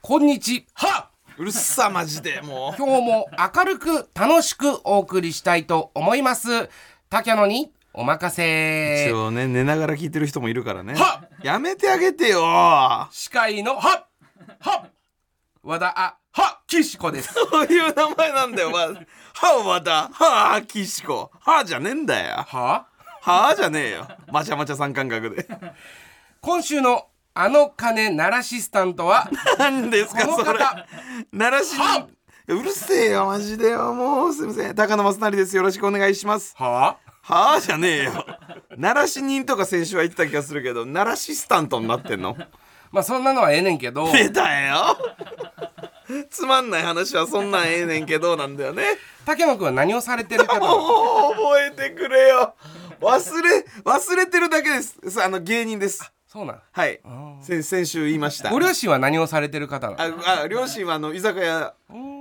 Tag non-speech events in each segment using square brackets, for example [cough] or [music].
こんにちはっうるさマジでも今日も明るく楽しくお送りしたいと思います竹野にお任うせ一応ね寝ながら聞いてる人もいるからねはやめてあげてよそ司会のはは和田あは岸子ですういう名前なんだよ、まあ、は和田はあ岸子はあじゃねえんだよははあじゃねえよまちゃまちゃ三感覚で今週のあの鐘鳴らしスタントは何ですかこのそれ方鳴らしにはいやうるせえよマジでよもうすいません高野正成ですよろしくお願いしますははあじゃねえよ鳴らし人とか先週は言ってた気がするけど鳴らしスタントになってんのまあそんなのはええねんけど出たよつまんない話はそんなんええねんけどなんだよね竹野くんは何をされてるか [laughs] ともう覚えてくれよ忘れ忘れてるだけですさあの芸人ですそうなんはい先先週言いましたご両親は何をされてる方なのああ両親はあの居酒屋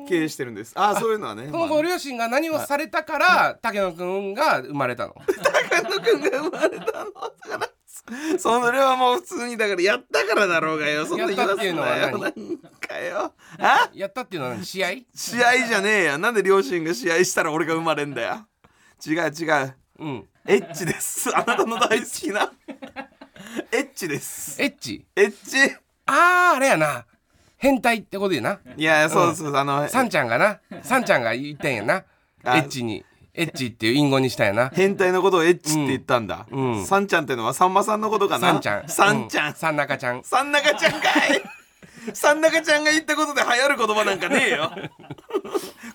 経営してるんですあそういうのはねそのご両親が何をされたから竹野くんが生まれたの高野くんが生まれたのだからそれはもう普通にだからやったからだろうがよそんな言わすなよやったなっんかよあやったっていうのは何試合試合じゃねえやなんで両親が試合したら俺が生まれんだよ違う違ううんエッチですあなたの大好きなエッチですエッチエッチあーあれやな変態ってことやないやそうそうあのサンちゃんがなサンちゃんが言ったんやなあエッチにエッチっていう隠語にしたんやな変態のことをエッチって言ったんだ、うんうんさんちゃんってのはさんまさんのことかなサンちゃんさんちゃん、うサンナカちゃんさんなかちゃんかいさんなかちゃんが言ったことで流行る言葉なんかねえよ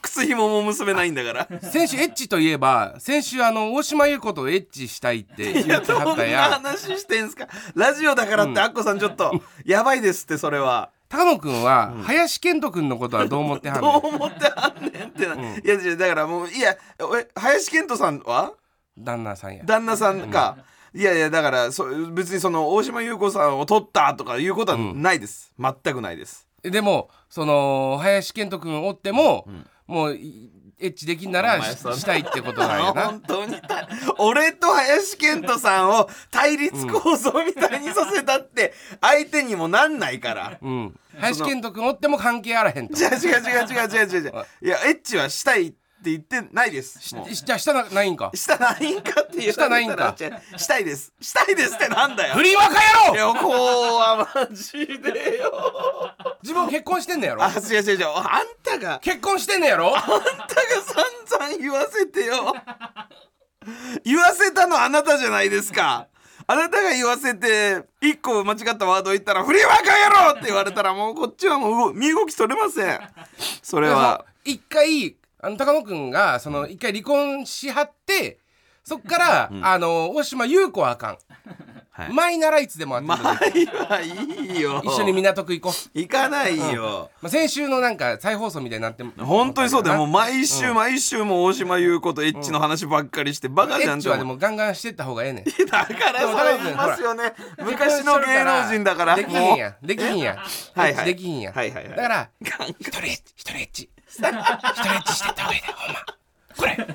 靴ひもも結べないんだから先週エッチといえば先週あの大島優子とエッチしたいってい言やってどはっんなたやん話してんすかラジオだからってアッコさんちょっと、やばいですってそれは高野くんは林遣都くんのことはどう思ってはんどうの思ってはんねんってな、いやいやだからもういやえ林遣都さんは旦那さんや旦那さんか、いやいやだからそ別にその大島優子さんを取ったとかいうことはないです、全くないですでもその林遣都くんおっても、もういエッチできんなおら前しそんなしたいってことなんやな [laughs] 本当にた俺と林遣都さんを対立構造みたいにさせたって相手にもなんないから、うん林遣都くんおっても関係あらへんと違う違う違う違う違う違う違ういやエッチはしたいって言ってないですもうしじゃあしたなないんかしたないんかっていうしたないんかしたいですしたいですってなんだよ不倫若野い郎やこうはマジでよ自分結婚してんのやろあ違う違う違うあんたが結婚してんのやろあんたが散々言わせてよ言わせたのあなたじゃないですかあなたが言わせて一個間違ったワード言ったら「フリーワーカーやろ!」って言われたらもうこっちはもう動身動き取れませんそれは一回あの高野くんがその一回離婚しはってそっから、あの大島優子はあかん、はい前ならいつでもあってまくれるあいいはいいよ一緒に港区行こう、行かないよ、まあ、先週のなんか再放送みたいになって本当にそうだよもうう毎週毎週もう大島優子とエッチの話ばっかりしてバカエじゃッんチとはでもガンガンしてった方がええねんだからそれ言いますよね昔の芸能人だからできもひんうやできひんやはいはいできひんやはいはいはいだから一人エッチ一人エッチ一人エッチしてった方がええねんほんまこれいや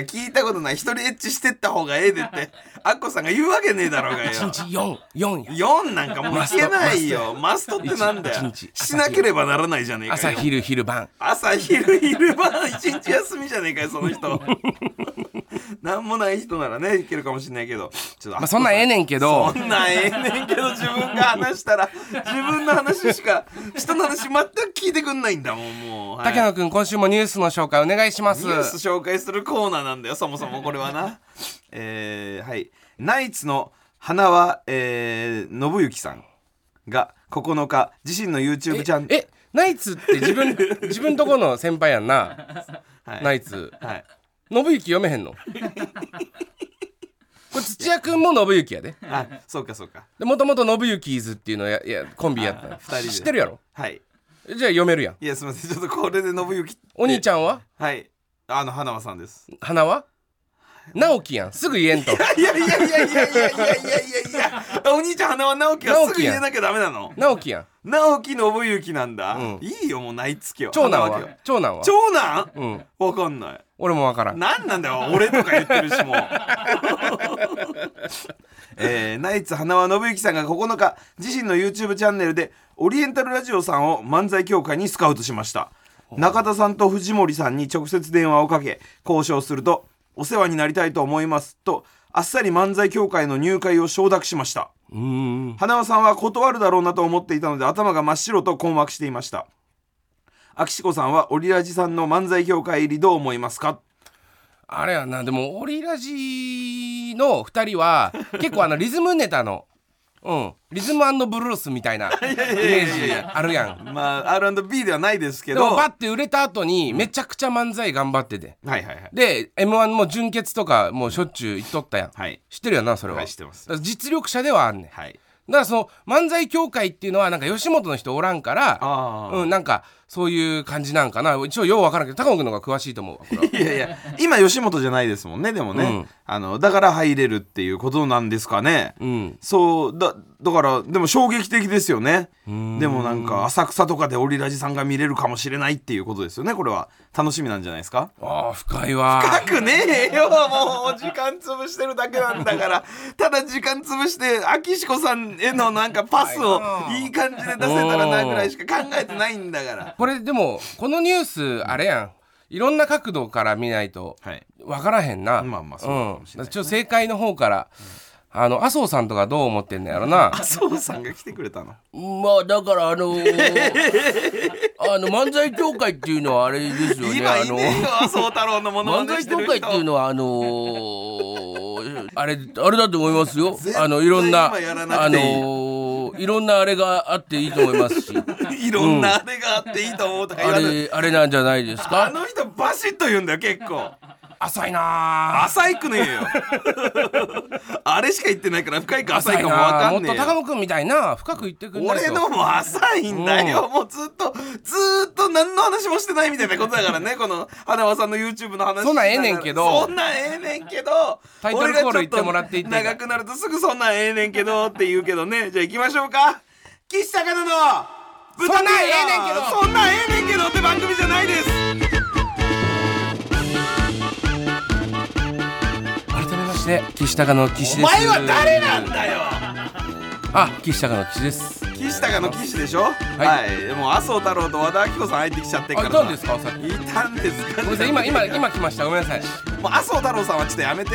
聞いたことない一人エッチしてった方がええで [laughs] ってアッコさんが言うわけねえだろうがよ一日四四や4なんかもういけないよマストってなんだよ一日しなければならないじゃねえか朝よ昼昼晩朝昼昼晩一日休みじゃねえかよその [laughs] 人なんもない人ならねいけるかもしれないけどちょっとまあそんなんええねんけどそんなんええねんけど自分が話したら自分の話しか人の話全く聞いてくんないんだもんもう、はい竹野くん今週もニュースの紹介お願いしますニュース紹介するコーナーなんだよそもそもこれはな [laughs] えー、はいナイツの花輪、えー、信之さんが9日自身の YouTube チャンネルえナイツって自分自分とこの先輩やんなはい、ナはいイツ信之読めへんのこれ土屋くんも信之やであそうかそうかでもともと信之イズっていうのやいやコンビやったのあ二人で知ってるやろはいじゃあ読めるやんいやすいませんちょっとこれで信之お兄ちゃゃんはんはいあの花輪さんです花は直樹やんすぐ言えんと [laughs] いやいやいやいやいやいやいやいやいやお兄ちゃん花輪直樹はすぐ言えなきゃダメなの直樹やん直樹信之なんだ、うんいいよもうないつきは長男花輪家は長男は長男うんわかんない俺もわからんなんなんだよ俺とか言ってるしもう [laughs] えーナイツ花輪信之さんが9日自身の YouTube チャンネルでオリエンタルラジオさんを漫才協会にスカウトしました中田さんと藤森さんに直接電話をかけ交渉すると「お世話になりたいと思います」とあっさり漫才協会の入会を承諾しましたうーん花輪さんは断るだろうなと思っていたので頭が真っ白と困惑していました秋志子さんはオリラジさんの漫才協会入りどう思いますかあれやなでもオリラジの2人 [laughs] は結構あのリズムネタのうんリズムブルースみたいなイメ [laughs] やいやいやージあるやんまあ R&B ではないですけでどもバッはて売れた後にめちゃくちゃ漫才頑張ってていはいはいで m 1も準決とかもうしょっちゅう行っとったやん、はい知ってるよなそれは、はい知ってますだから実力者ではあんねんだかはいらその漫才協会っていうのはなんか吉本の人おらんからああ、うんなんかそういう感じなんかな一応ようわからんけど高野君の方が詳しいと思うわこれは [laughs] いやいや今吉本じゃないですもんねでもね、うんあのだから入れるっていうことなんですかね、うんそうだだからでも衝撃的ですよねんでもなんか浅草とかでオリラジさんが見れるかもしれないっていうことですよねこれは楽しみなんじゃないですかああ深いわ書くねえよもう時間潰してるだけなんだからただ時間潰して秋志子さんへのなんかパスをいい感じで出せたらなぐらいしか考えてないんだからこれでもこのニュースあれやんいろんな角度から見ないとはいわからへんなまあまあそうかもしれないん、ちょっと正解の方から、あの麻生さんとかどう思ってんのやろな麻生さんが来てくれたの [laughs] まあだからあの [laughs] あの漫才協会っていうのはあれですよね今あいのねえよ麻生太郎のもの漫まね才して協る会人っていうのはあのあれあれだと思いますよ絶対あのいろんな今やらなあくていいのいろんなあれがあっていいと思いますしいろんなあれがあっていいと思うとか [laughs] 言あわないれあれなんじゃないですあかの人バシッと言うんだよ結構浅いな浅いくねえ [laughs] よあれしか言ってないから深いか浅い浅いかもわなかもっんねとえよ高野君みたいな深く言ってくんないと俺のも浅いんだよ、もうずっとずーっと何の話もしてないみたいなことだからねこの花輪さんの YouTube の話そんなんええねんけどそんなんええねんけどタイトルコール言ってもらっていいって俺がちょと長くなるとすぐそんなんええねんけどって言うけどねじゃあ行きましょうか岸高野の豚そんなんええねんけどそんなんええねんけどって番組じゃないです改めまして岸高の岸おです前は誰なんだよあ岸高の岸です岸高野岸でしょはい、もう麻生太郎と和田アキ子さん入ってきちゃってっあからいたんさですかさっきいたんですかごめんなさい今今今来ましたごめんなさいもう麻生太郎さんはちょっとやめて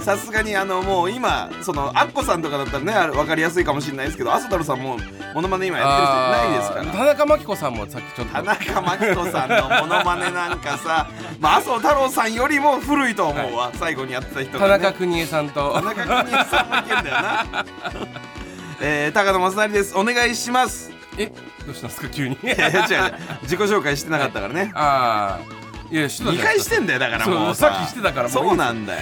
さすがにあのもう今そのアッコさんとかだったらねあれ分かりやすいかもしれないですけど麻生太郎さんもうモノマネ今やってる人いないですあーから田中真紀子さんもさっきちょっと田中真紀子さんのモノマネなんかさ、まあ、麻生太郎さんよりも古いと思うわ、最後にやってた田人が、ね、中邦衛さんと田中邦衛さんもいけんだよなえー、高野正成ですお願いしますえどうしたんですか急にいやいや違う自己紹介してなかったからね、ああいやしてた二じゃない回でしすかてんだよだからもうそうさっきしてたからもういいそうなんだよ、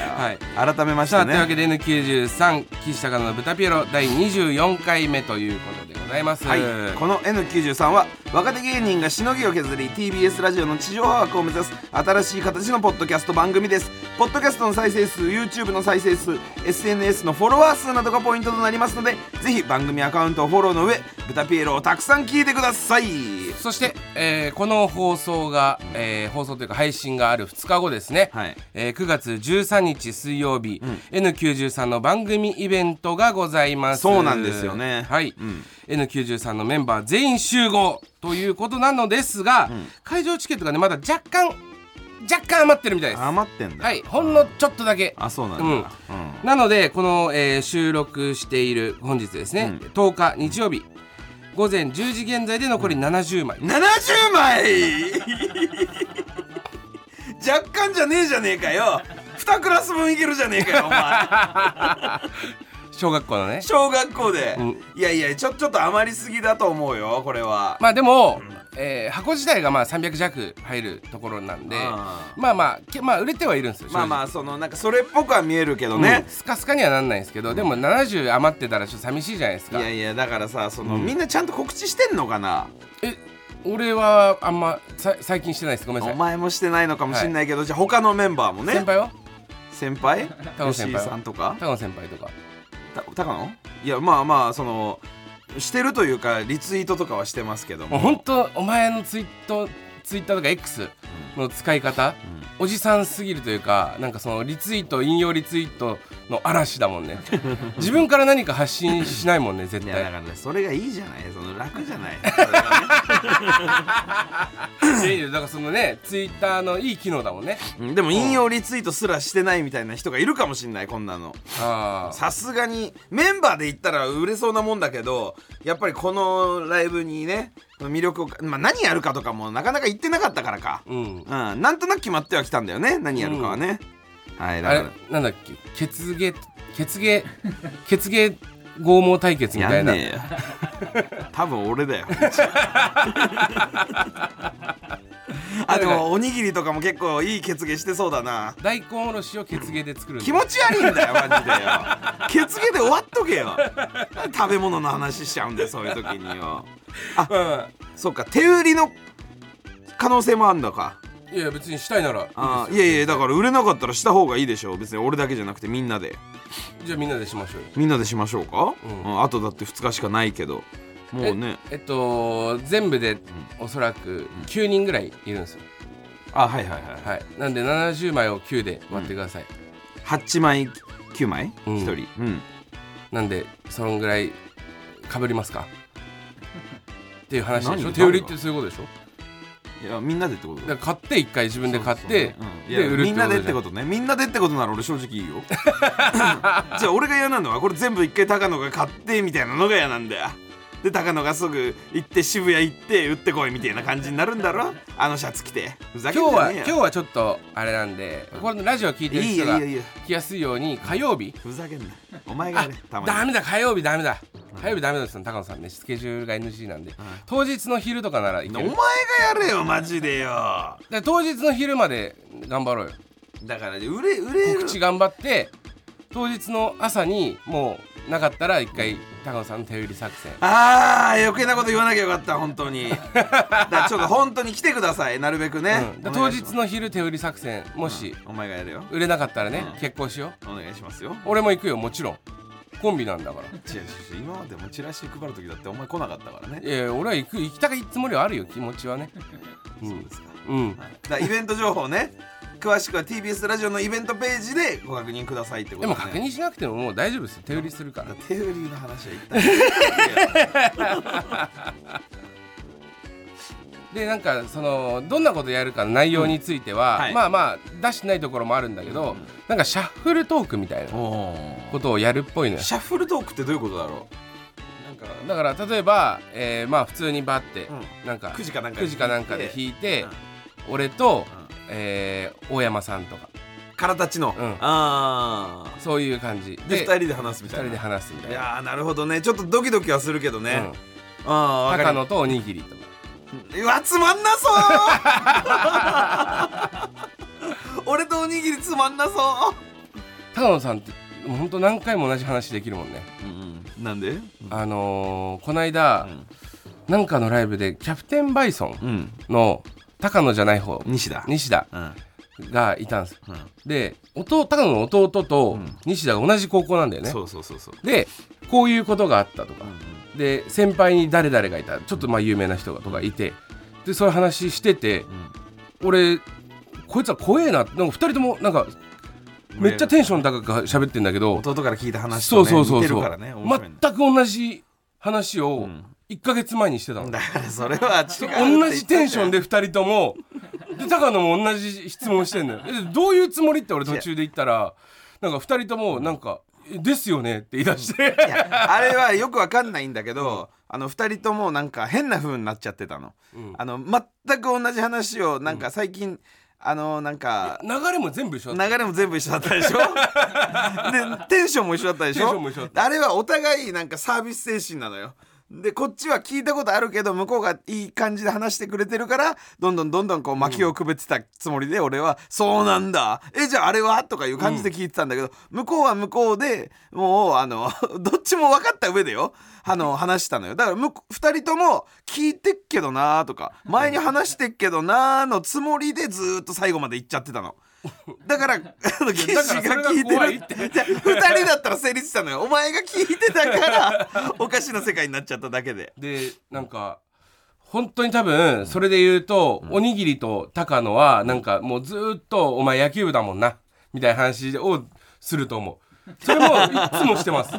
改めましさてあというわねけで N93 岸高の豚ピエロ第24回目ということでございます、はい、この N93 は若手芸人がしのぎを削り TBS ラジオの地上波枠を目指す新しい形のポッドキャスト番組ですポッドキャストの再生数 YouTube の再生数 SNS のフォロワー数などがポイントとなりますのでぜひ番組アカウントをフォローの上「豚ピエロ」をたくさん聞いてくださいそして、えーこの放送が、えー放送というか配信がある2日後ですね、はいえー9月13日水曜日、N93 の番組イベントがございますそうなんですよねはい、うん N93 のメンバー全員集合ということなのですが、会場チケットがねまだ若干若干余ってるみたいですは余ってんだ、いほんのちょっとだけあそうなんだ、うんうんなのでこの、えー収録している本日ですね、10日日曜日午前10時現在で残り70枚、 70枚 [laughs] 若干じゃねえじゃねえかよ2クラス分いけるじゃねえかよお前小学校のね小学校で、んいやいやちょちょっと余りすぎだと思うよこれは、まあでも、えー箱自体がまあ300弱入るところなんであまあまあけまあ売れてはいるんですよまあまああそのなんかそれっぽくは見えるけどね、スカスカにはなんないんですけどでも70余ってたらちょっと寂しいじゃないですかいやいやだからさその、みんなちゃんと告知してんのかなえ俺はあんまさ最近してないですごめんなさおい前もしてないのかもしんないけど、じゃあ他のメンバーもね先輩は先輩多分先輩吉井さんとか高野先輩とかた高野いやまあまあそのしてるというかリツイートとかはしてますけどももう本当お前のツイートツイッターとか X の使い方、おじさんすぎるというかなんかそのリツイート引用リツイートの嵐だもん [laughs] ね自分から何か発信しないもんね絶いやだか対らねそれがいいじゃないその楽じゃ [laughs] ないいやいやだからそのねツイッターのいい機能だもんねうんでも引用リツイートすらしてないみたいな人がいるかもしんないこんなのあさすがにメンバーで言ったら売れそうなもんだけどやっぱりこのライブにね魅力を、まあ、何やるかとかもなかなか言ってなかったからか、あうんうん、なんとなく決まってはきたんだよね何やるかはね、はいだあかれらなんだっけ血芸血芸血芸剛毛対決みたやいんなねえよ多分俺 [laughs] だよあでもおにぎりとかも結構いい決下してそうだな大根おろしを血芸で作るんだ気持ち悪いんだよマジでよ血下で終わっとけよなんで食べ物の話しちゃうんだよそういう時にようそっか手売りの可能性もあるんだかんいや別にしたいならいいですよあーいやいやだから売れなかったらした方がいいでしょ別に俺だけじゃなくてみんなでじゃあみんなでしましょうよみんなでしましょうか、うんうんあとだって2日しかないけどもうねえっと全部でおそらく9人ぐらいいるんですよあはいはいはいはいなんで70枚を9で割ってください、 8枚9枚、うん一人、うん、なんでそのぐらいかぶりますかっていう話でしょ何手売りってそういうことでしょいやみんなでってことだから買って1回自分で買ってそうそううんいやで売るみんなでってここととねみんなでってことなら俺正直い [laughs] いよじゃあ俺が嫌なのはこれ全部一回高野が買ってみたいなのが嫌なんだよで高野がすぐ行って渋谷行って売ってこいみたいな感じになるんだろあのシャツ着てふざじけゃんん今日はじゃねえ今よ日はちょっとあれなんでこのラジオ聞いてるいいよ人いがいよい来いよやすいように火曜日ふざけんなお前があやれたまにダメだ火曜日ダメだ火曜日ダメだですよ高野さんねスケジュールが NG なんで当日の昼とかならいけお前るがやれよマジでよで当日の昼まで頑張ろうよだから売れ売れる告知頑張って当日の朝にもうなかったら一回高野さんの手売り作戦あー余計なこと言わなきゃよかった本当 [laughs] にだからちょっと本当に来てくださいなるべくね、うんでお当願いします日の昼手売り作戦もしお前がやれよ売れなかったらねうん結婚しようお願いしますよ俺も行くよもちろんコンビなんだから違う違う違う今までもチラシ配る時だってお前来なかったからねいやいや俺は行く行きたいつもりはあるよ気持ちはねそうですかうんはいだからイベント情報ね詳しくは TBS ラジオのイベントページでご確認くださいってことでねも確認しなくてももう大丈夫ですよ手売りするから手売りの話は一旦でなんかそのどんなことやるかの内容については、うんはいまあまあ出してないところもあるんだけど、なんかシャッフルトークみ [laughs] たいなおことをやるっぽいのよシャッフルトークってどういうことだろうなんかだから例えば、えーまあ普通にバーって、うなんかくじかなんかくじかなんかで引引いて、うん俺と、うんえー大山さんとかからたちの、うんああそういう感じで二人で話すみ二たいな人で話すみたいいなやーなるほどねちょっとドキドキはするけどね、うんああわかる高野とおにぎりとかうわつまんなそう [laughs] 俺とおにぎりつまんなそ高野さんってもうほんと何回も同じ話できるもんね、う、なんであのーこの間、んなんかのライブでキャプテンバイソンうんの高野じゃない方西田西田うんがいたんですようんで弟高野の弟とん西田が同じ高校なんだよね、そうそうそうそうでこういうことがあったとか、うんで先輩に誰々がいたちょっとまあ有名な人がとかいてでそういう話してて俺こいつは怖えななんか2人ともなんかうんめっちゃテンション高く喋ってんだけど弟から聞いた話そと、うね、そうそう似てそるう、からね面白いね全く同じ話をん1か月前にしてたの、だからそれは違う同じテンションでで2人ともで高野も同じ質問してんのよえどういうつもりって俺途中で言ったらなんか2人ともなんか「えですよね」って言い出してあれはよくわかんないんだけど、あの2人ともなんか変な風になっちゃってたの,、んあの全く同じ話をなんか最近、あのなんか [laughs] 流れも全部一緒だった流れも全部一緒だっ [laughs] たでしょでテンションも一緒だったでしょテンションも一緒だっあれはお互いなんかサービス精神なのよでこっちは聞いたことあるけど向こうがいい感じで話してくれてるからどんどんどんどんこう薪をくべてたつもりで俺は「そうなんだえじゃああれは?」とかいう感じで聞いてたんだけど、向こうは向こうでもうあの [laughs] どっちも分かった上でよあの話したのよだから向こう2人とも「聞いてっけどな」とか「前に話してっけどな」のつもりでずーっと最後まで行っちゃってたの。だから [laughs] あの岸がだからそ聞れいが怖いてっるてじゃあ2人だったら成立したのよお前が聞いてた [laughs] からおかしな世界になっちゃっただけででなんか本当に多分それで言うと、おにぎりと高野はなんかもうずーっと「お前野球部だもんな」みたいな話をすると思う。それもいつもしてます。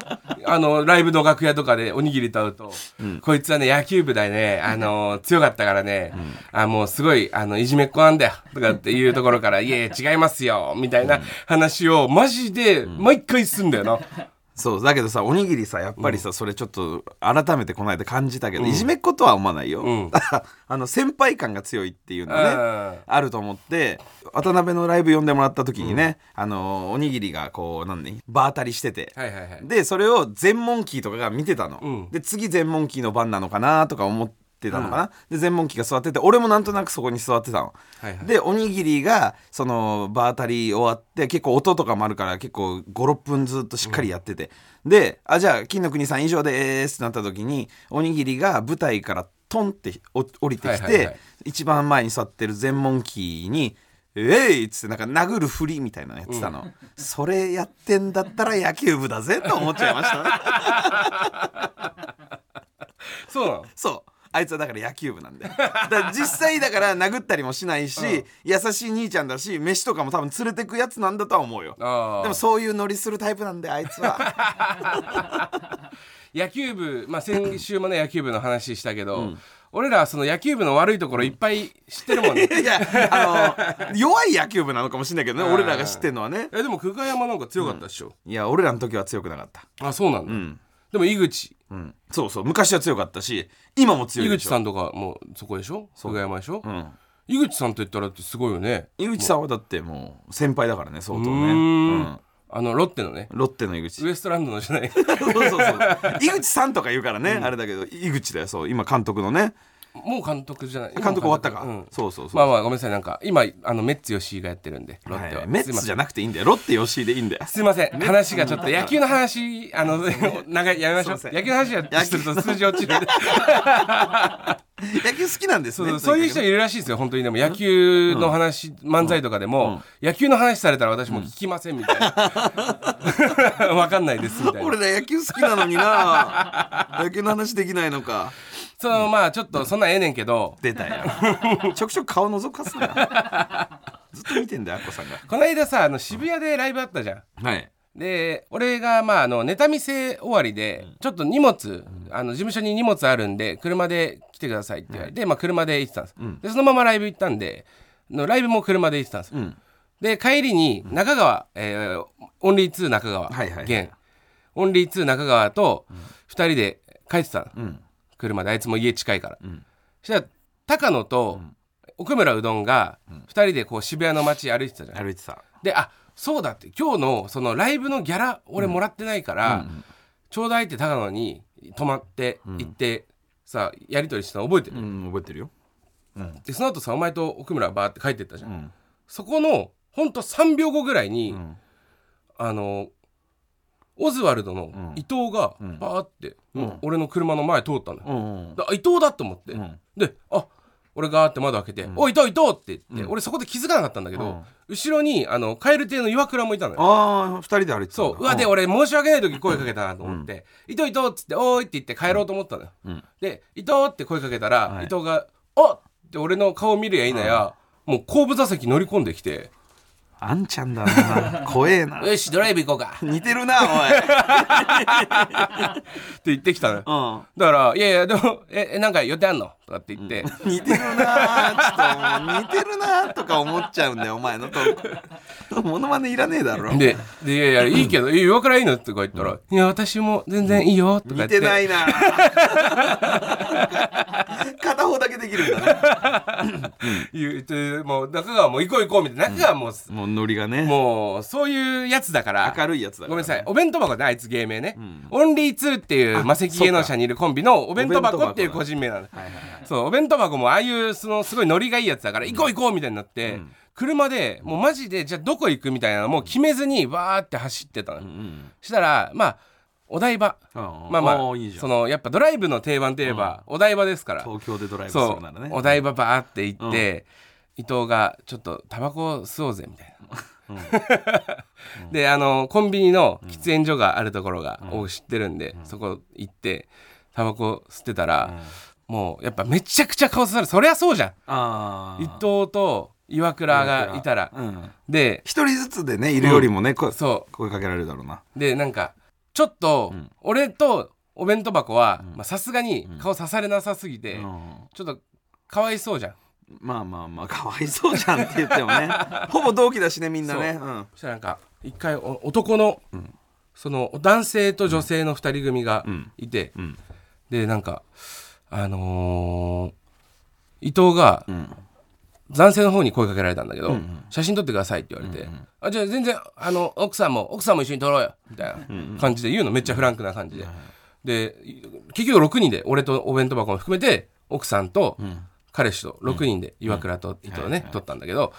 あの、ライブの楽屋とかでおにぎりと会うと、こいつはね、野球部だね、あの、強かったからね、あもうすごい、あの、いじめっ子なんだよ、とかっていうところから、いやいや違いますよ、みたいな話を、マジで、毎回すんだよな。そうだけどさおにぎりさやっぱりさ、それちょっと改めてこの間感じたけど、いじめっ子とは思わないよ、ん [laughs] あの先輩感が強いっていうのうはんねあると思って渡辺のライブ呼んでもらった時にね、あのおにぎりがこう何ね場当たりしてて、はいはいはい。でそれを全問キーとかが見てたの、うんで次全問キーの番なのかなとか思ってたのかな、で全問キーが座ってて俺もなんとなくそこに座ってたの、はいはいでおにぎりがその場当たり終わって結構音とかもあるから結構56分ずっとしっかりやってて、であじゃあ金の国さん以上ですってなった時におにぎりが舞台からトンってお降りてきて、はいはいはい一番前に座ってる全問キーに「えい!」っつってなんか殴るふりみたいなのやってたの、それやってんだったら野球部だぜと思っちゃいましたねそうなのそうあいつはだから野球部なんでだから実際だから殴ったりもしないし、優しい兄ちゃんだし飯とかも多分連れてくやつなんだとは思うよあーでもそういうノリするタイプなんであいつは野球部、まあ、先週もね野球部の話したけど、俺らその野球部の悪いところいっぱい知ってる [laughs] もんねいやあの弱い野球部なのかもしれないけどねうん俺らが知ってるのはねえでも久我山なんか強かったでしょ、いや俺らの時は強くなかったあそうなんだ、でも井口うんそうそう昔は強かったし今も強井いで口しょさんとかもそこでしょ久我山でしょ、ん井口さんと言ったらってすごいよね井口さんはだってもう先輩だからね相当ねうーんうんあのロッテのねロッテの井 [laughs] 口ウエストランドのじゃないそうそうそう井口さんとか言うからね、あれだけど井口だよそう今監督のねもう監督じゃない監督終わったか、うんそうそうそう、まあまあごめんなさいなんか今あのメッツ吉井がやってるんでロッテは、はいメッツじゃなくていいんだよロッテ吉井でいい [laughs] んだよすいません話がちょっと野球の話あの長いやめましょうすいません野球の話はすると数字落ち [laughs] るんで野球好きなんですそうねそうそういう人といるらしいですよ本当にでも野球の話、漫才とかでも、野球の話されたら私もう聞きませんみたいな、 [laughs] わかんないですみたいな俺ら野球好きなのに [laughs] な野球の話できないのかそのまあちょっとそんなんええねんけど出たよ [laughs] ちょくちょく顔覗かすなよずっと見てんだよアッコさんがこの間さあの渋谷でライブあったじゃん、はいで俺がまああのネタ見せ終わりでちょっと荷物、あの事務所に荷物あるんで車で来てくださいって言われて、まあ、車で行ってたんです、でそのままライブ行ったんでのライブも車で行ってたんですよ、うんで帰りに中川、えーオンリー2中川、はいはい現オンリー2中川と2人で帰ってたの、うん車であいつも家近いから、んそしたら高野と奥村うどんが2人でこう渋谷の街歩いてたじゃん歩いてたであそうだって今日のそのライブのギャラ俺もらってないから、ちょうだいって高野に泊まって行って、さやり取りしたの覚えてる、うん覚えてるよでその後さお前と奥村バーって帰ってったじゃん、んそこのほんと3秒後ぐらいに、んあのオズワルドの伊藤がバーって、俺の車の前通ったのよ、うんだあ伊藤だと思って、んであ俺がーって窓開けて「おい伊藤伊藤!」って言って、俺そこで気づかなかったんだけど、うん後ろにあの蛙亭の岩倉もいたのよああ二人で歩いてたそう、うわ、で、も俺、申し訳ない時声かけたなと思って、伊藤伊藤っつって、おーいって言って帰ろうと思ったのよ。んで、伊藤って声かけたら、はい伊藤が、おっって俺の顔見るやいなや、もう後部座席乗り込んできて、あんちゃんだな怖えなよし、ドライブ行こうかって似てるな [laughs] お言ってきたのよ。い、うんだから、いやいや、でも、え、えなんか予定あんのとかって言って、似てるなあちょっと似てるなあとか思っちゃうんだよお前のトークモノマネいらねえだ [laughs] ろで、で、いやいや、いいけど、え岩倉いいのとか言ったら、いや、私も全然いいよ、とか言似って。てないな [laughs] あ片方だけできるんだね言って、もう、中川も行こう行こう、みたいな。中川も、もうノリがねもう、そういうやつだから。明るいやつだごめんなさいさいお弁当箱ねあいつ芸名ね、オンリー2っていう魔石芸能者にいるコンビのお弁当箱っていう個人名なのそうお弁当箱もああいうそのすごいノリがいいやつだから行こう行こうみたいになって、車でもうマジでじゃあどこ行くみたいなのもう決めずにわーって走ってたの、したらまあお台場ままあまあいいじゃそんのやっぱドライブの定番といえば、お台場ですから東京でドライブすそるならうねお台場バーって行って、伊藤がちょっとタバコを吸おうぜみたいな。 [laughs] であのコンビニの喫煙所があるところが、を知ってるんで、そこ行ってタバコ吸ってたら、もうやっぱめちゃくちゃ顔刺さるそりゃそうじゃんあ伊藤と岩倉がいたらうんで一人ずつでねいるよりもね、こそ声かけられるだろうなうでなんかちょっとうん俺とお弁当箱はうんまあさすがに顔刺されなさすぎて、うんちょっとかわいそうじゃんまあまあまあかわいそうじゃんって言っても [laughs] ねほぼ同期だしねみんなねうんそしたらなんか一回お男の、んその男性と女性の二人組がうんいて、うんでなんかあのー伊藤がうん男性の方に声かけられたんだけど、うんうん写真撮ってくださいって言われて、うんうんあじゃあ全然あの奥さんも奥さんも一緒に撮ろうよみたいな感じで言うのめっちゃフランクな感じで、で結局6人で俺とお弁当箱も含めて奥さんとうん彼氏と6人で岩倉と伊藤はいね撮ったんだけど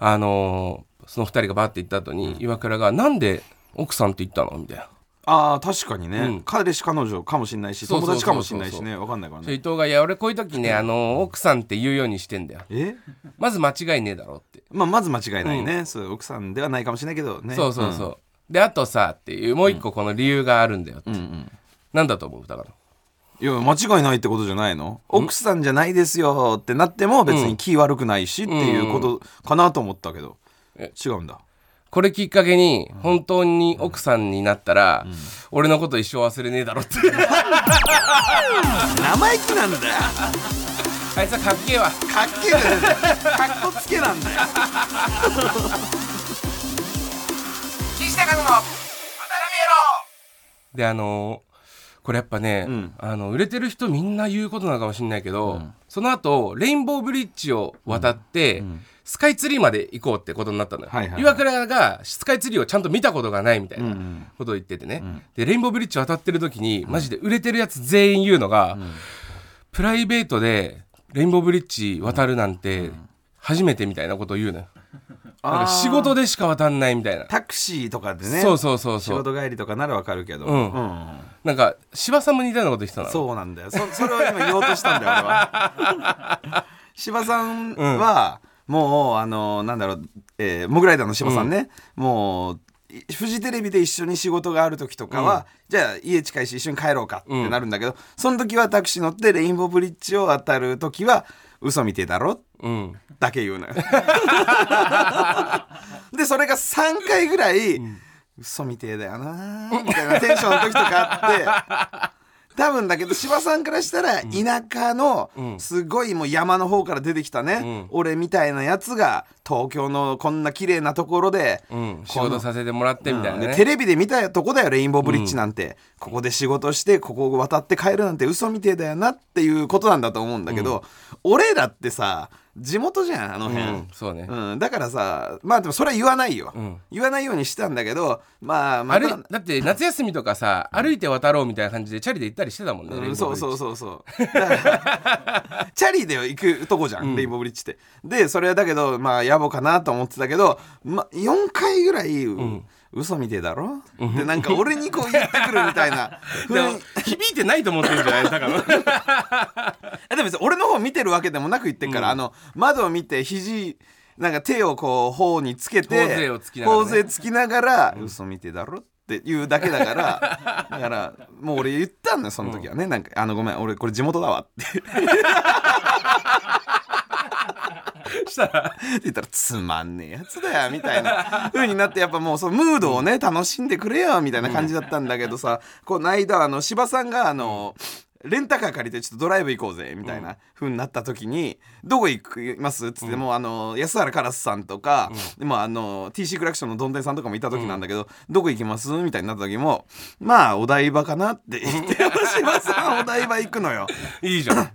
あのーその2人がバーって行った後に岩倉が「なんで奥さんって言ったの?」みたいな。ああ確かにね、うん彼氏彼女かもしんないしそうそうそ友う達かもしんないしねわかんないからそれ伊ね藤が「いや俺こういう時ねあのー奥さんって言うようにしてんだよえまず間違いねえだろ」って。まあまず間違いないね、そう奥さんではないかもしれないけどねそうそうそう、であとさっていうもう一個この理由があるんだよって、うん、うんうんなんだと思うだからいや間違いないってことじゃないの奥さんじゃないですよってなっても別に気悪くないしっていうことかなと思ったけど、え違うんだこれきっかけに本当に奥さんになったら、俺のこと一生忘れねえだろって生意気なんだよ [laughs] あいつはかっけえわかっ [laughs] けえんだよかっこつけなんだよ岸田和の渡辺であのーこれやっぱね、うんあの売れてる人みんな言うことなのかもしれないけど、その後レインボーブリッジを渡って、スカイツリーまで行こうってことになったのよ、はいはいはい岩倉がスカイツリーをちゃんと見たことがないみたいなうんことを言っててね、でレインボーブリッジ渡ってる時にマジで売れてるやつ全員言うのが、プライベートでレインボーブリッジ渡るなんて初めてみたいなことを言うのよ、なんか仕事でしか渡んないみたいなタクシーとかでねそうそうそう仕そう事帰りとかならわかるけど、うんなんか柴さんも似たようなこと言ってたなそうなんだよそ [laughs] それを今言おうとしたんだよ俺は [laughs] 柴さんは、もうあのなんだろう、えーモグライダーの柴さんね、もういフジテレビで一緒に仕事がある時とかは、じゃあ家近いし一緒に帰ろうかってなるんだけど、その時はタクシー乗ってレインボーブリッジを渡る時は嘘みてえだろうんだけ言うのよ [laughs] でそれが3回ぐらい、嘘みてえだよなみたいなテンションの時とかあって多分だけど柴さんからしたら田舎のうんすごいもう山の方から出てきたね、う俺みたいなやつが東京のこんな綺麗なところで、うん仕事させてもらってみたいなでねテレビで見たとこだよレインボーブリッジなんて、ここで仕事してここを渡って帰るなんて嘘みてえだよなっていうことなんだと思うんだけど、俺らってさ地元じゃんあのう辺、んそうね、うん、だからさまあでもそれは言わないよ、ん言わないようにしてたんだけどまあまああるだって夏休みとかさ歩いて渡ろうみたいな感じでチャリで行ったりしてたもんね、レインボーブリッうん、ジそうそうそうそうだ [laughs] からチャリで行くとこじゃん、レインボーブリッジってでそれはだけどまあ野暮かなと思ってたけど、ま、4回ぐらい、嘘みてえだろってなんか俺にこう言ってくるみたい [laughs] なで雰も囲気響いてないと思ってるんじゃない [laughs] だからえでも別に俺の方見てるわけでもなく言ってっから、あの窓を見て肘なんか手をこう頬につけて頬杖をつきながらね頬杖つきながら嘘見てだろって言うだけだからだからもう俺言ったんだよその時はね、なんかあのごめん俺これ地元だわってしたらって言ったらつまんねえやつだよみたいな風になってやっぱもうそのムードをね楽しんでくれよみたいな感じだったんだけどさこの間あの柴さんがあのレンタカー借りてちょっとドライブ行こうぜみたいな風になった時に「どこ行きます?」っつってもうあの安原カラスさんとかまああの TC クラクションのどんでんさんとかもいた時なんだけど「どこ行きます?」みたいになった時も「まあお台場かな」って言って [laughs] 柴さんお台場行くのよ。いいじゃん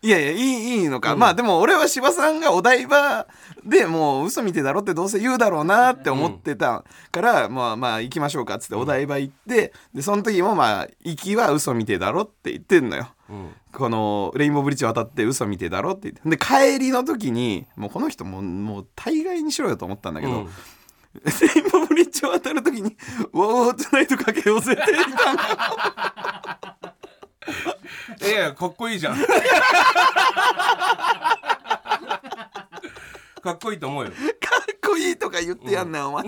いやいやいいいいのか、まあでも俺は柴さんがお台場でもう嘘見てだろってどうせ言うだろうなって思ってたから、まあまあ行きましょうかっつってお台場行ってでその時もまあ行きは嘘見てだろって言ってんのよ。うんこのレインボーブリッジ渡って嘘見てだろって言ってで帰りの時にもうこの人もうもう大概にしろよと思ったんだけど、うんレインボーブリッジを渡る時に「ウォートナイトかけようぜ」 [laughs] って言ったのい [laughs] やいやかっこいいじゃんかかっこいいと思うよっこいいとか言ってやんな、お前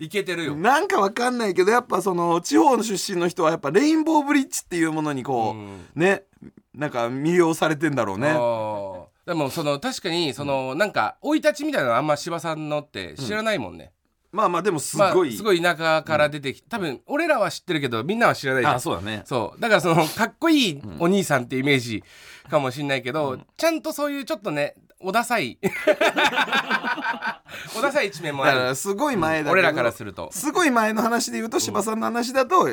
いけてるよ、なんかわかんないけどやっぱその地方の出身の人はやっぱレインボーブリッジっていうものにこうう、んねなんか魅了されてんだろうあねーでもその確かにそのなんか生い立ちみたいなのあんま柴さんのって知らないもんね、まあまあでもすまあごい、すごい田舎から出てきて多分俺らは知ってるけどみんなは知らないじゃんあそうだねそうだからそのかっこいいお兄さんってイメージかもしんないけど、ちゃんとそういうちょっとねおださい [laughs] おださい一面もだあかるらすごい前だけど、俺らからするとすごい前の話で言うと柴さんの話だと、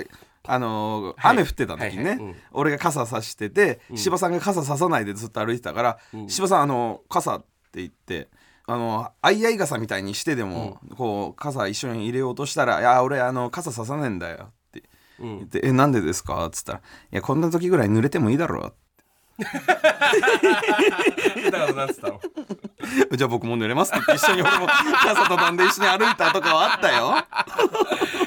あのーはい雨降ってた時はにね、いはいうん俺が傘さしてて、柴さんが傘ささないでずっと歩いてたから、柴さんあのー傘って言って。あのーあいあい傘みたいにしてでも、こう傘一緒に入れようとしたら「いや俺あの傘ささねえんだよ」ってうん言って「えなんでですか?」っつったら「いやこんな時ぐらい濡れて [laughs] もいいだろだからなんつったの」じゃあ僕も濡れます」って言って一緒に俺も傘畳んで一緒に歩いたとかはあったよ。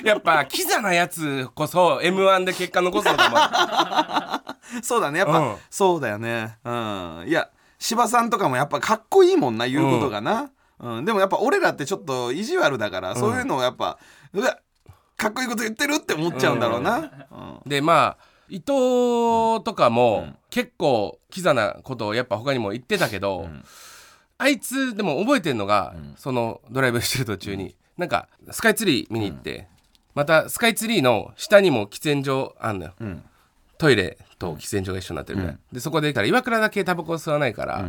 やっぱキザなやつこそ m 1で結果残すのかも [laughs] そうだねやっぱ、うんそうだよねうんいや柴さんとかもやっぱかっこいいもんな言うことがな、うんでもやっぱ俺らってちょっと意地悪だから、そういうのをやっぱうわかっこいいこと言ってるって思っちゃうんだろうな、うんでまあ伊藤とかも結構キザなことをやっぱ他にも言ってたけど、あいつでも覚えてんのが、そのドライブしてる途中になんかスカイツリー見に行って、またスカイツリーの下にも喫煙所あんのよ、んトイレと喫煙所が一緒になってるみたい、なでそこで言ったら岩倉だけタバコ吸わないから、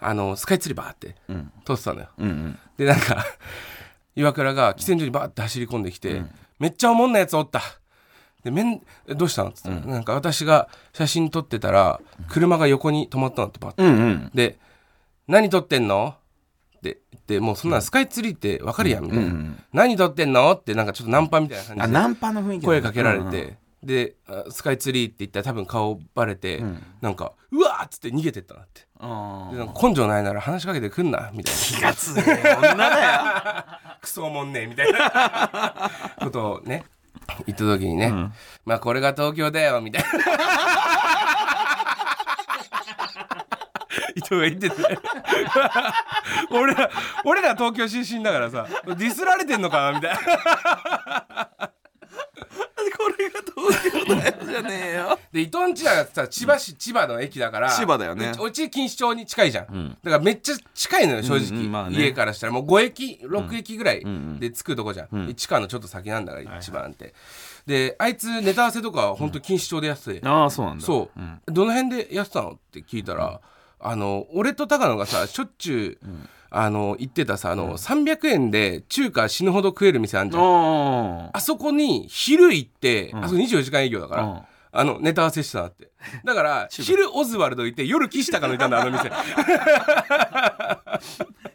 あのスカイツリーバーってん通ってたのよ、うんうんでなんか岩倉が喫煙所にバーって走り込んできて、めっちゃおもんなやつおったでめんえどうしたのっつったら、なんか私が写真撮ってたら車が横に止まったのってバッて、うんうんで「何撮ってんの?」って言ってもうそんなスカイツリーってわかるやんみたいな「ん何撮ってんの?」ってなんかちょっとナンパみたいな感あじでナンパの雰囲気声かけられて、うんうんであスカイツリーって言ったら多分顔バレて、なんか「うわ!」っつって逃げてったなってあでーなんか根性ないなら話しかけてくんなみたいな。気が強い女だ [laughs] よクソおもんねえみたいな [laughs] ことをね言った時にね、まあこれが東京だよみたいな [laughs] 伊藤が言ってて [laughs] 俺ら俺ら東京出身だからさディスられてんのかなみたいなこれが東京だよじゃねえよで伊藤んちはさ千葉市千葉の駅だから千葉だよねうちうち錦糸町に近いじゃん、だからめっちゃ近いのよ正直、うんうんまあね家からしたらもう5駅6駅ぐらいで着くとこじゃん、市川のちょっと先なんだから一番って、であいつネタ合わせとかは本当錦糸町でやってて、ああそうなんだそう、どの辺でやってたのって聞いたら、あの俺と高野がさしょっちゅう、あの行ってたさあの、300円で中華死ぬほど食える店あんじゃんああそこに昼行って、あそこ24時間営業だから、うんあのネタ合わせしてたなってだから [laughs] 昼オズワルドいて夜岸高野いたんだあの店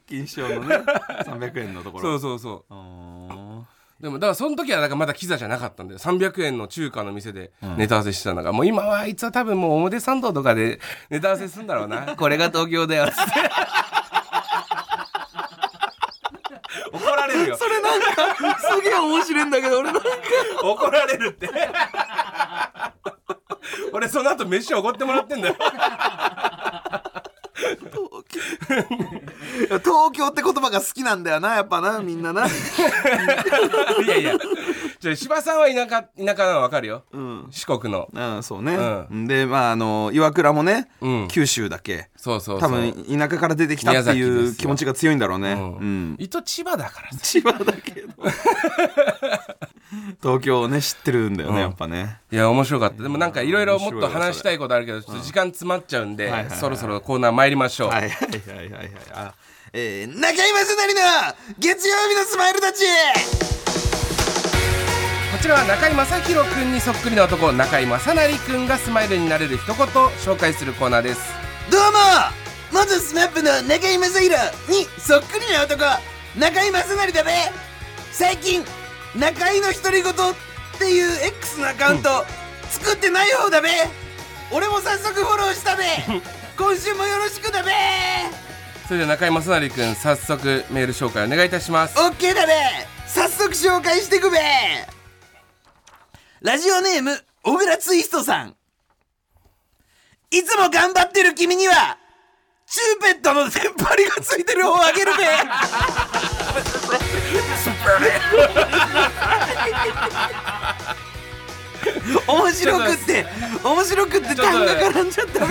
金賞のね300円のところそうそうそうあでもだからその時はだからまだキザじゃなかったんだよ300円の中華の店でネタ合わせしてたんだから、もう今はあいつは多分もう表参道とかで [laughs] ネタ合わせするんだろう [laughs] なこれが東京だよっつって [laughs] 怒られるよ [laughs] それなんかすげえ面白いんだけど俺なんか [laughs] 怒られるって [laughs] 俺その後飯おごってもらってんだよ東京って言葉が好きなんだよなやっぱなみんな [laughs] な、いやいやじゃあ柴さんは田舎田舎なの分かるようん、四国のうんそうね、うでまああの岩倉もね、うん九州だけそうそうそう多分田舎から出てきたって宮崎いでうすよ気持ちが強いんだろうね、ううんん伊藤千葉だからさ千葉だけ [laughs] ど東京をね知ってるんだよね、うんやっぱねいや面白かったでもなんかいろいろもっと面白いわ話したいことあるけどちょっと時間詰まっちゃうんではいはいはいそろそろコーナー参りましょうはいはいはいはいはいあえー、中居正成の月曜日のスマイルたちこちらは中居正広くんにそっくりな男中居正成くんがスマイルになれる一言紹介するコーナーですどうも元スマップの中居正広にそっくりな男中居正成だべ最近中居の独り言っていう X のアカウント作ってない方だべ俺も早速フォローしたべ今週もよろしくだべそれでは中居正成くん早速メール紹介お願いいたし [laughs] ます OK だべ早速紹介してくべラジオネーム小倉ツイストさんいつも頑張ってる君にはチューペットの出っ張りがついてる方をあげるべ面白くって面白くって単が絡んじゃったちょ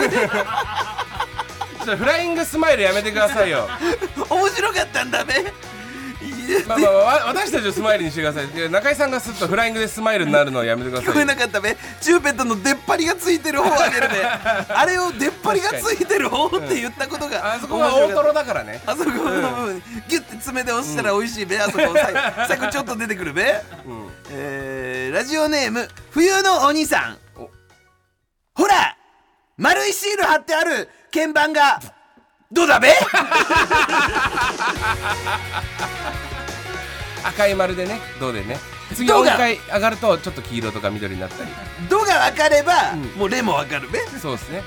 っとフライングスマイルやめてくださいよ面白かったんだべまあまあ、まあ、私たちをスマイルにしてくださいいや中居さんがすっとフライングでスマイルになるのをやめてください聞こえなかったべチューペットの出っ張りがついてる方をあげ [laughs] るべあれを出っ張りがついてる方って言ったことがあそこは大トロだからねあそこの部分ギュッて爪で押したら美味しいべ、あそこ最後最後ちょっと出てくる [laughs] べ、えーラジオネーム冬のお兄さんおほら丸いシール貼ってある鍵盤がどう [laughs] だべ赤い丸でね銅でね次銅音が階上がるとちょっと黄色とか緑になった [laughs] りどが分かれば、もうレも分かるべそうですね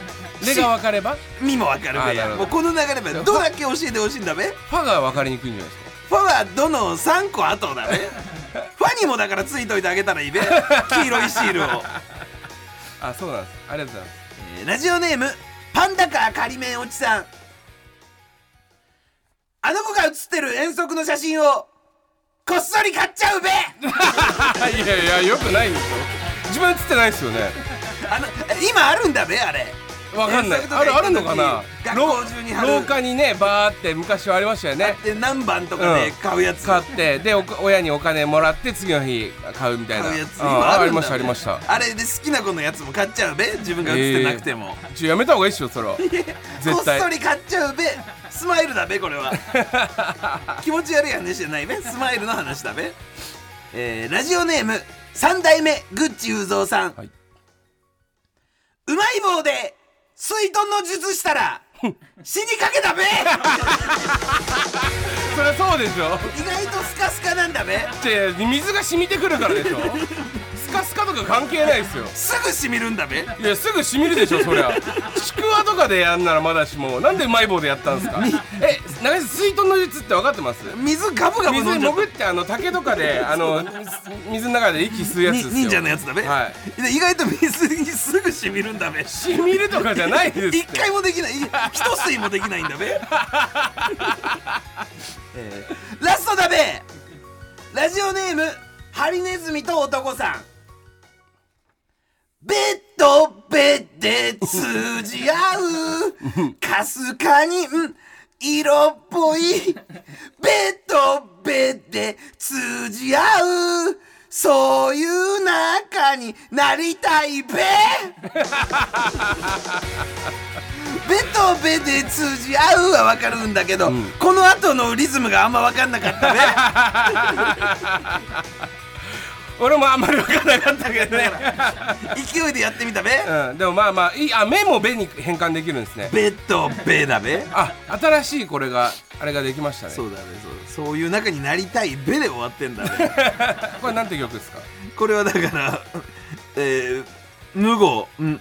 レが分かればミも分かるあべーなるほどもうこの流れべどだけ教えてほしいんだべファが分かりにくいんじゃないですかファはどの3個後だね [laughs] ファにもだからついといてあげたらいいべ黄色いシ [laughs] ールを、あそうなんですありがとうございますえーラジオネームパンダカー仮面おじさんあの子が写ってる遠足の写真をこっそり買っちゃ [laughs] うべあいやいやよくないでしょ自分映ってないですよねあの今あるんだべあれわかんない遠足とある行あった時るのかな学校中に貼る廊下にねバーって昔はありましたよねで何番とかで、うん買うやつ買ってでお親にお金もらって次の日買うみたいな買うやつうん今あありるんだましたありましたあれで好きな子のやつも買っちゃうべ自分が写ってなくても、ちょやめた方がいいっしょそれはこ絶っそ対り買っちゃうべスマイルだべこれは [laughs] 気持ち悪い話じゃないべスマイルの話だべ、えーラジオネーム三代目グッチ雄三さん、はい、うまい棒で水遁の術したら死にかけだべそりゃそうでしょ意外とスカスカなんだべって水が染みてくるからでしょ [laughs] スカスカとか関係ないですよすぐしみるんだべいやすぐ染みるでしょそりゃちくわとかでやんならまだしもなんでうまい棒でやったんですかえ中井さん水遁の術って分かってます水ガブガブ水飲んにじゃっ潜ってあの竹とかであの水の中で息吸うやたつにですよ忍者のやつだべ、はいで意外と水にすぐしみるんだべ染みるとかじゃないですって一回もできない一吸いもできないんだべ、 [laughs] えーラストだべラジオネームハリネズミと男さんベッドベッで通じ合うかすかにん色っぽいベッドベッで通じ合うそういう仲になりたいべベとベで通じ合うはわかるんだけど、この後のリズムがあんまわかんなかった [laughs] ね俺もあんまり分からなかったけどね、勢いでやってみたべうん、でもまあまあいいあ目も「べ」に変換できるんですねベとベだべあ新しいこれがあれができましたねそうだねそうそういう中になりたいベで終わってんだね [laughs] これなんて曲ですか [laughs] これはだからえー、無語うん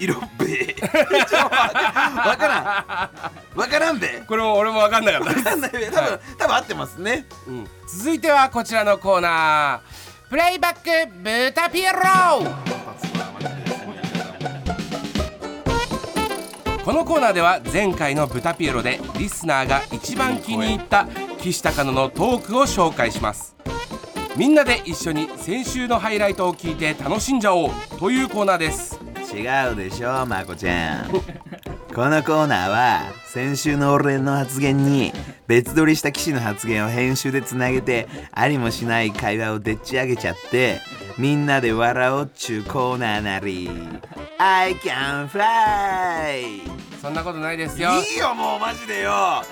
色 [laughs] べちょわからんわからんべこれも俺も分かんなかったわかんないべ多分多分合ってますねうん続いてはこちらのコーナープレイバックブタピエロこのコーナーでは前回の「ブタピエロ」でリスナーが一番気に入った岸高野のトークを紹介しますみんなで一緒に先週のハイライトを聞いて楽しんじゃおうというコーナーです違うでしょまこちゃんこのコーナーは先週の俺の発言に別撮りした騎士の発言を編集でつなげてありもしない会話をでっち上げちゃってみんなで笑おうっちゅうコーナーなり I can fly そんなことないですよいいよもうマジでよ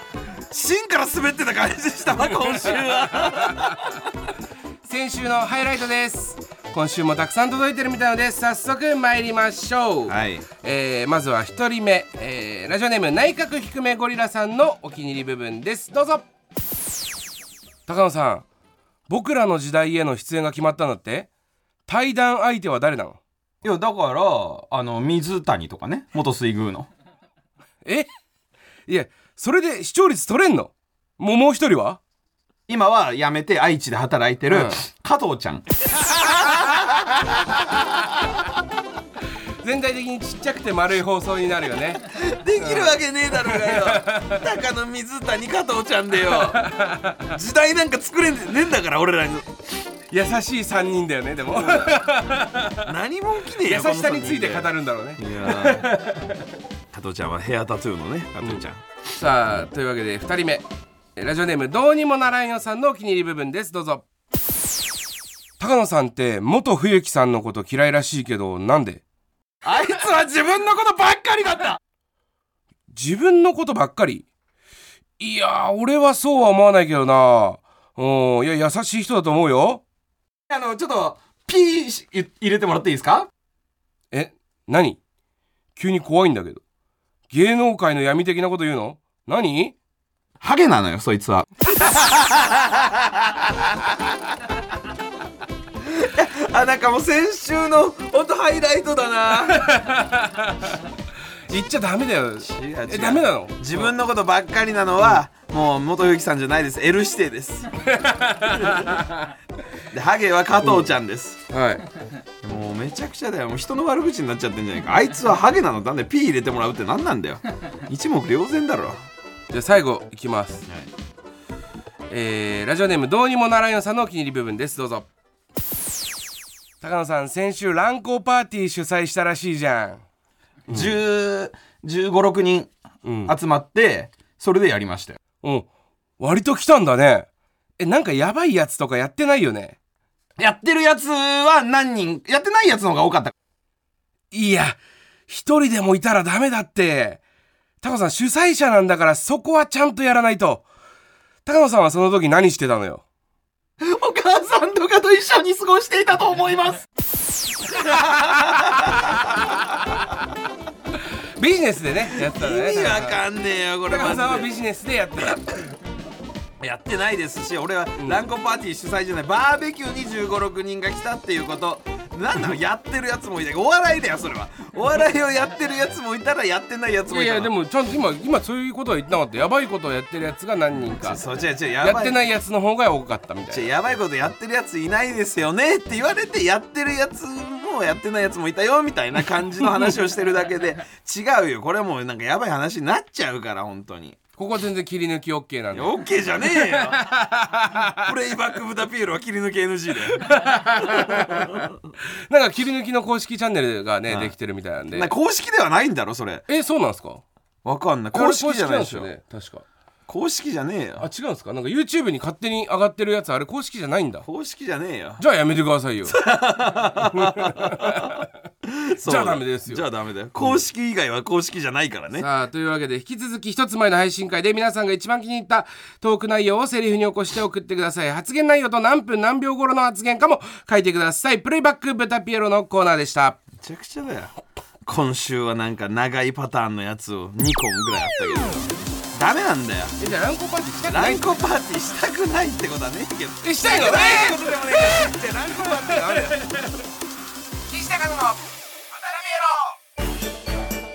芯から滑ってた感じしたわ今週は先週のハイライトです今週もたくさん届いてるみたいので早速参りましょう、はいえーまずは一人目、えーラジオネーム内閣低めゴリラさんのお気に入り部分ですどうぞ高野さん僕らの時代への出演が決まったんだって対談相手は誰なのいやだからあの水谷とかね元水宮のえいやそれで視聴率取れんのもうもう一人は今は辞めて愛知で働いてる、うん加藤ちゃん全体的にちっちゃくて丸い放送になるよねできるわけねえだろうがよ高野水谷加藤ちゃんでよ時代なんか作れねえんだから俺らに優しい三人だよねで [laughs] も何も起きねえ優よしさについて語るんだろうねいや加藤ちゃんはヘアタトゥーのね加藤ちゃん、さあというわけで2人目えラジオネームどうにもならんよさんのお気に入り部分ですどうぞ高野さんって元冬木さんのこと嫌いらしいけどなんであいつは自分のことばっかりだった自分のことばっかりいやー俺はそうは思わないけどなうんいや優しい人だと思うよあのちょっとピーしい入れてもらっていいですかえ何急に怖いんだけど芸能界の闇的なこと言うの何ハゲなのよそいつは [laughs] あなんかもう先週の本当ハイライトだな言っちゃダメだよ違う違うえダメなの自分のことばっかりなのは、もう元由紀さんじゃないです L 指定ですでハゲは加藤ちゃんです、はいもうめちゃくちゃだよもう人の悪口になっちゃってんじゃないかあいつはハゲなのなんで P 入れてもらうって何なんだよ一目瞭然だろじゃあ最後いきます、えーラジオネームどうにもならんよさんのお気に入り部分ですどうぞ高野さん先週乱交パーティー主催したらしいじゃ1 5 6人んうん集まってそれでやりましたようん割と来たんだねえなんかやばいやつとかやってないよねやってるやつは何人やってないやつの方が多かったいや一人でもいたらダメだって高野さん主催者なんだからそこはちゃんとやらないと高野さんはその時何してたのよお母さんとかと一緒に過ごしていたと思いますビジネスでねやってたのね意味わかんねえよこれ高野さんマはジでビジネスでやってたやってないですし俺はランコパーティー主催じゃない、バーベキューに1 5 6人が来たっていうことなんなのやってるやつもいないお笑いだよそれはお笑いをやってるやつもいたらやってないやついもやいいたやでももちゃんと今今そういうことは言ってなかったやばいことをやってるやつが何人かそう違う違うややばっいてないやつの方が多かったみたちょいなやばいことやってるやついないですよねって言われてやってるやつもやってないやつもいたよみたいな感じの話をしてるだ [laughs] けで違うよこれはもうなんかやばい話になっちゃうから本当にここは全然切り抜き OK なんいでや OK じゃねえよ [laughs] プレイバックブダピエロは切り抜け NG だよなんか切り抜きの公式チャンネルがね、できてるみたいなんでな公式ではないんだろそれえそうなんですかわかんない公式じゃないでしょあれ公式なんですよね公式じゃねえ確かよあ違うんですかなんか YouTube に勝手に上がってるやつあれ公式じゃないんだ公式じゃねえよ [laughs] じゃあやめてくださ [laughs] いよそうじゃだあダメですよじゃあダメだよ公式以外は公式じゃないからね [laughs] さあというわけで引き続き一つ前の配信会で皆さんが一番気に入ったトーク内容をセリフに起こして送ってください発言内容と何分何秒頃の発言かも書いてくださいプレイバック豚ピエロのコーナーでしためちゃくちゃだよ今週はなんか長いパターンのやつを2個ぐらいあったけどダメなんだよえじゃあランコパンチしたくなラいンコパーティーしたくないってことはねえけどえしたいのねえことでもねえからじゃあランコパーティーダメだよ岸高野の豚ピ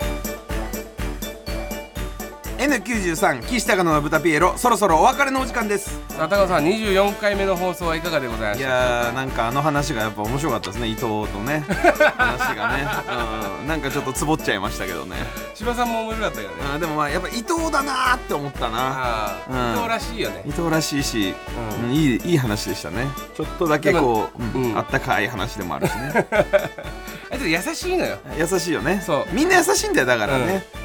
N93 岸高野の豚ピエロそろそろお別れのお時間ですエロさあ高野さん24回目の放送はいかがでございまいしたやーなんかあの話がやっぱ面白かったですね伊藤とね話がね、うん、なんかちょっとつぼっちゃいましたけどね、柴さんも面白かったよねうん、でもまあやっぱ伊藤だなーって思ったなああ、う伊ん藤らしいよね伊藤らしいし、うんうんいいいい話でしたねちょっとだけこう、もうんうんあったかい話でもあるしね [laughs] あいつ優しいのよ優しいよねそうみんな優しいんだよだからね、うん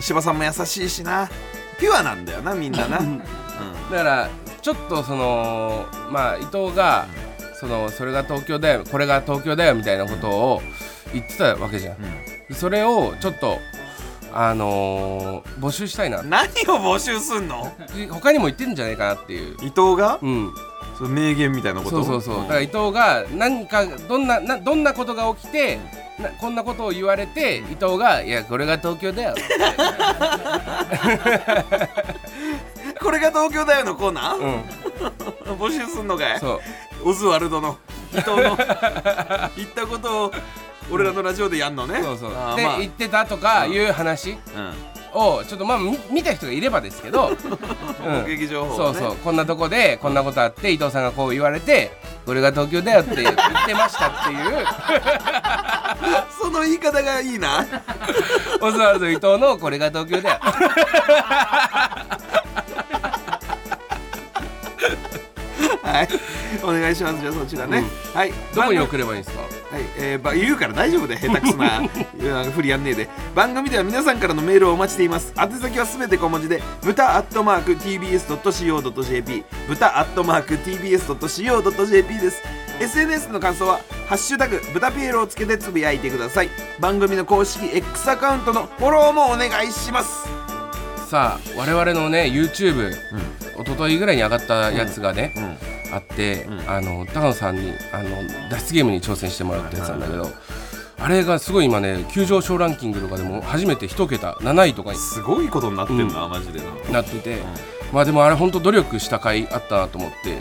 柴さんも優しいしなピュアなんだよなみんなな、うん、だからちょっとそのまあ伊藤がそのそれが東京だよこれが東京だよみたいなことを言ってたわけじゃん、それをちょっとあのー募集したいな何を募集すんの他にも言ってるんじゃないかなっていう伊藤がうんその名言みたいなことそうそうそう、んだから伊藤が何かどんななどんなことが起きてなこんなことを言われて伊藤が「いやこれが東京だよ」これが東京だよのコーナー、うん募集すんのかいそうオズワルドの伊藤 [laughs] の言ったことを俺らのラジオでやんのねそうそうあでーまあ言ってたとかいう話をちょっとまあみ見た人がいればですけ [laughs] ど、うんうん目撃情報そをうねそうこんなとこでこんなことあって伊 [laughs] 藤さんがこう言われて「これが東京だよ」って言ってましたっていうその言い方がいいなオズワルド伊藤のこれが東京 [laughs] だよ。はいお願いしますじゃあそちらね、はいどこに送ればいいんですか。はいえーば言うから大丈夫で下手くそ [laughs] ないや振りやんねえで番組では皆さんからのメールをお待ちしています宛先はすべて小文字で豚アットマーク TBS.CO.JP 豚アットマーク TBS.CO.JP です SNS の感想は「ハッシュタグ豚ピエロ」をつけてつぶやいてください番組の公式 X アカウントのフォローもお願いしますさあ我々のね YouTube、一昨日ぐらいに上がったやつがね、あって、あの高野さんにあの脱出ゲームに挑戦してもらったやつなんだけど、あれがすごい今ね急上昇ランキングとかでも初めて一桁7位とかにすごいことになってんな、マジでななっていて、まあでもあれ本当努力した甲斐あったなと思って、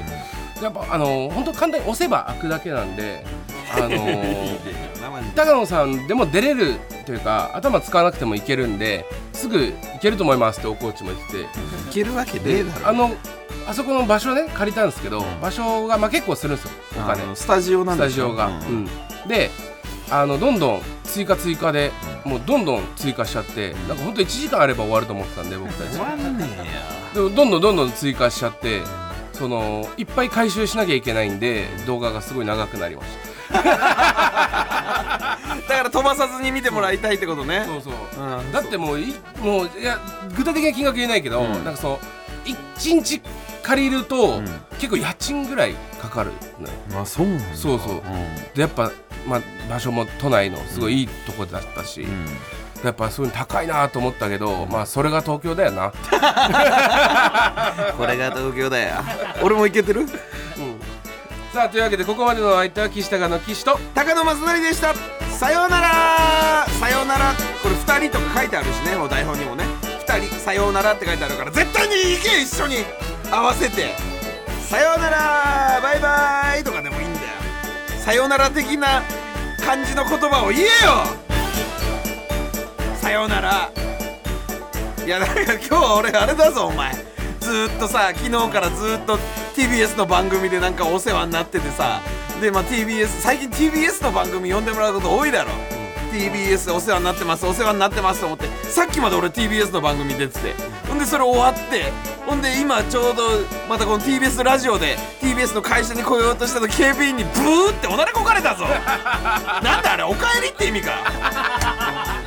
やっぱあの本当簡単に押せば開くだけなんで。あの高野さんでも出れるというか頭使わなくてもいけるんですぐいけると思いますって大河内も言ってていけるわけねえだろあのあそこの場所ね借りたんですけど、場所がまあ結構するんですよお金あのスタジオなんスでタしジょオが、うんであのどんどん追加追加でもうどんどん追加しちゃってなんかほんと1時間あれば終わると思ってたんで僕たちわんねでもどんどんどんどん追加しちゃってそのいっぱい回収しなきゃいけないんで動画がすごい長くなりましだから飛ばさずに見てもらいたいってことねたそうそううんだってもういもういや具体的な金額言えないけど、なんかその1日借りると、結構家賃ぐらいかかるのよえまあそうなんだそうそうでやっぱ、まあ、場所も都内のすごいいいとこだったし、んやっぱそういうの高いなと思ったけど、まあそれが東京だよな、これが東京 [laughs] だよ俺もいけてるさあというわけでここまでのお相手は岸高の岸と高野正成でしたさようならさようならこれ2人とか書いてあるしねお台本にもね2人さようならって書いてあるから絶対に行け一緒に合わせてさようならバイバイとかでもいいんだよさようなら的な感じの言葉を言えよさようならいやなんか今日は俺あれだぞお前ずーっとさ昨日からずーっと TBS の番組でなんかお世話になっててさでまあ TBS 最近 TBS の番組呼んでもらうこと多いだろ、TBS でお世話になってますお世話になってますと思ってさっきまで俺 TBS の番組出ててほんでそれ終わってほんで今ちょうどまたこの TBS ラジオで TBS の会社に来ようとしたと警備員にブーっておならこかれたぞなんだあれおかえりって意味か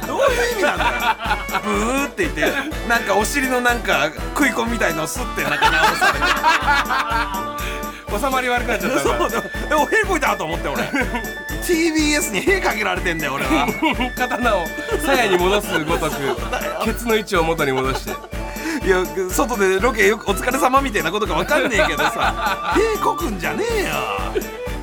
どういう意味なんだよブーって言ってなんかお尻のなんか食い込みみたいのをスッてなんか直されて収まり悪くなっちゃった [laughs] そうでもでも屁こいたと思 [laughs] って俺 TBS に屁かけられてんだよ俺は [laughs] 刀を鞘に戻すごとくケツの位置を元に戻して [laughs] いや外でロケよくお疲れ様みたいなことかわかんねえけどさ [laughs] 屁こくんじゃねえよ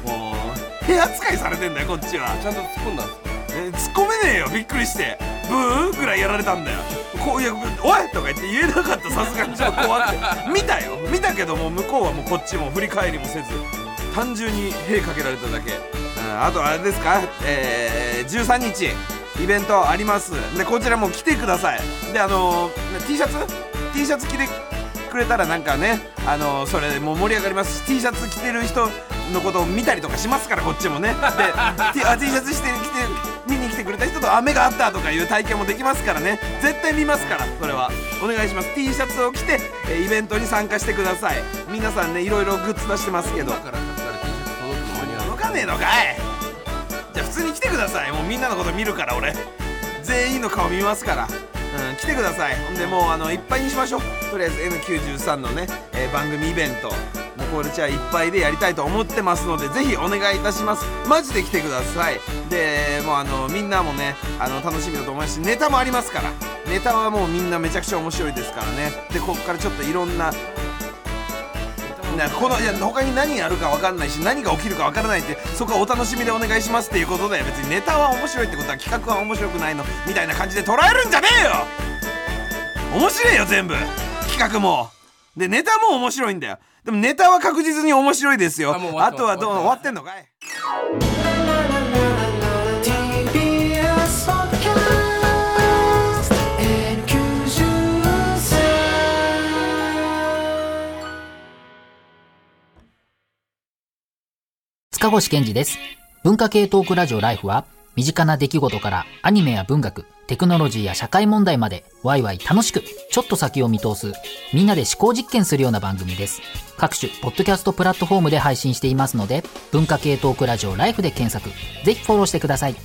もう屁扱いされてんだよこっちはちゃんと突っ込んだんですかえ突っ込めねえよびっくりしてブーぐらいやられたんだよこういやおいとか言って言えなかったさすがにちょっと怖くて見たよ見たけどもう向こうはもうこっちも振り返りもせず単純に屁かけられただけ、うん、あとあれですかえー、13日イベントありますでこちらも来てくださいであのー、T シャツ T シャツ着てくれたらなんかねあのそれでもう盛り上がりますし T シャツ着てる人のことを見たりとかしますからこっちもねで T, あ T シャツして着て見に来てくれた人と雨があったとかいう体験もできますからね絶対見ますからそれはお願いします T シャツを着てえーイベントに参加してください皆さんねいろいろグッズ出してますけど今から買ったら T シャツ届くの間に合う届かねえのかいじゃあ普通に来てくださいもうみんなのこと見るから俺全員の顔見ますから、うん、来てくださいほんでもうあのいっぱいにしましょうとりあえず N93 のね、えー番組イベントもうこれじゃあいっぱいでやりたいと思ってますのでぜひお願いいたしますマジで来てくださいでもうあのみんなもねあの楽しみだと思いますしネタもありますからネタはもうみんなめちゃくちゃ面白いですからねでこっからちょっといろんななこのいや他に何やるか分かんないし何が起きるか分からないってそこはお楽しみでお願いしますっていうことで別にネタは面白いってことは企画は面白くないのみたいな感じで捉えるんじゃねえよ面白いよ全部企画もでネタも面白いんだよでもネタは確実に面白いですよあもう終わあったとはどう終終わわっったてんのかい TBS Podcast N93 塚越健治です。文化系トークラジオライフは身近な出来事からアニメや文学、テクノロジーや社会問題までワイワイ楽しく、ちょっと先を見通す、みんなで思考実験するような番組です。各種、ポッドキャストプラットフォームで配信していますので、文化系トークラジオライフで検索、ぜひフォローしてください。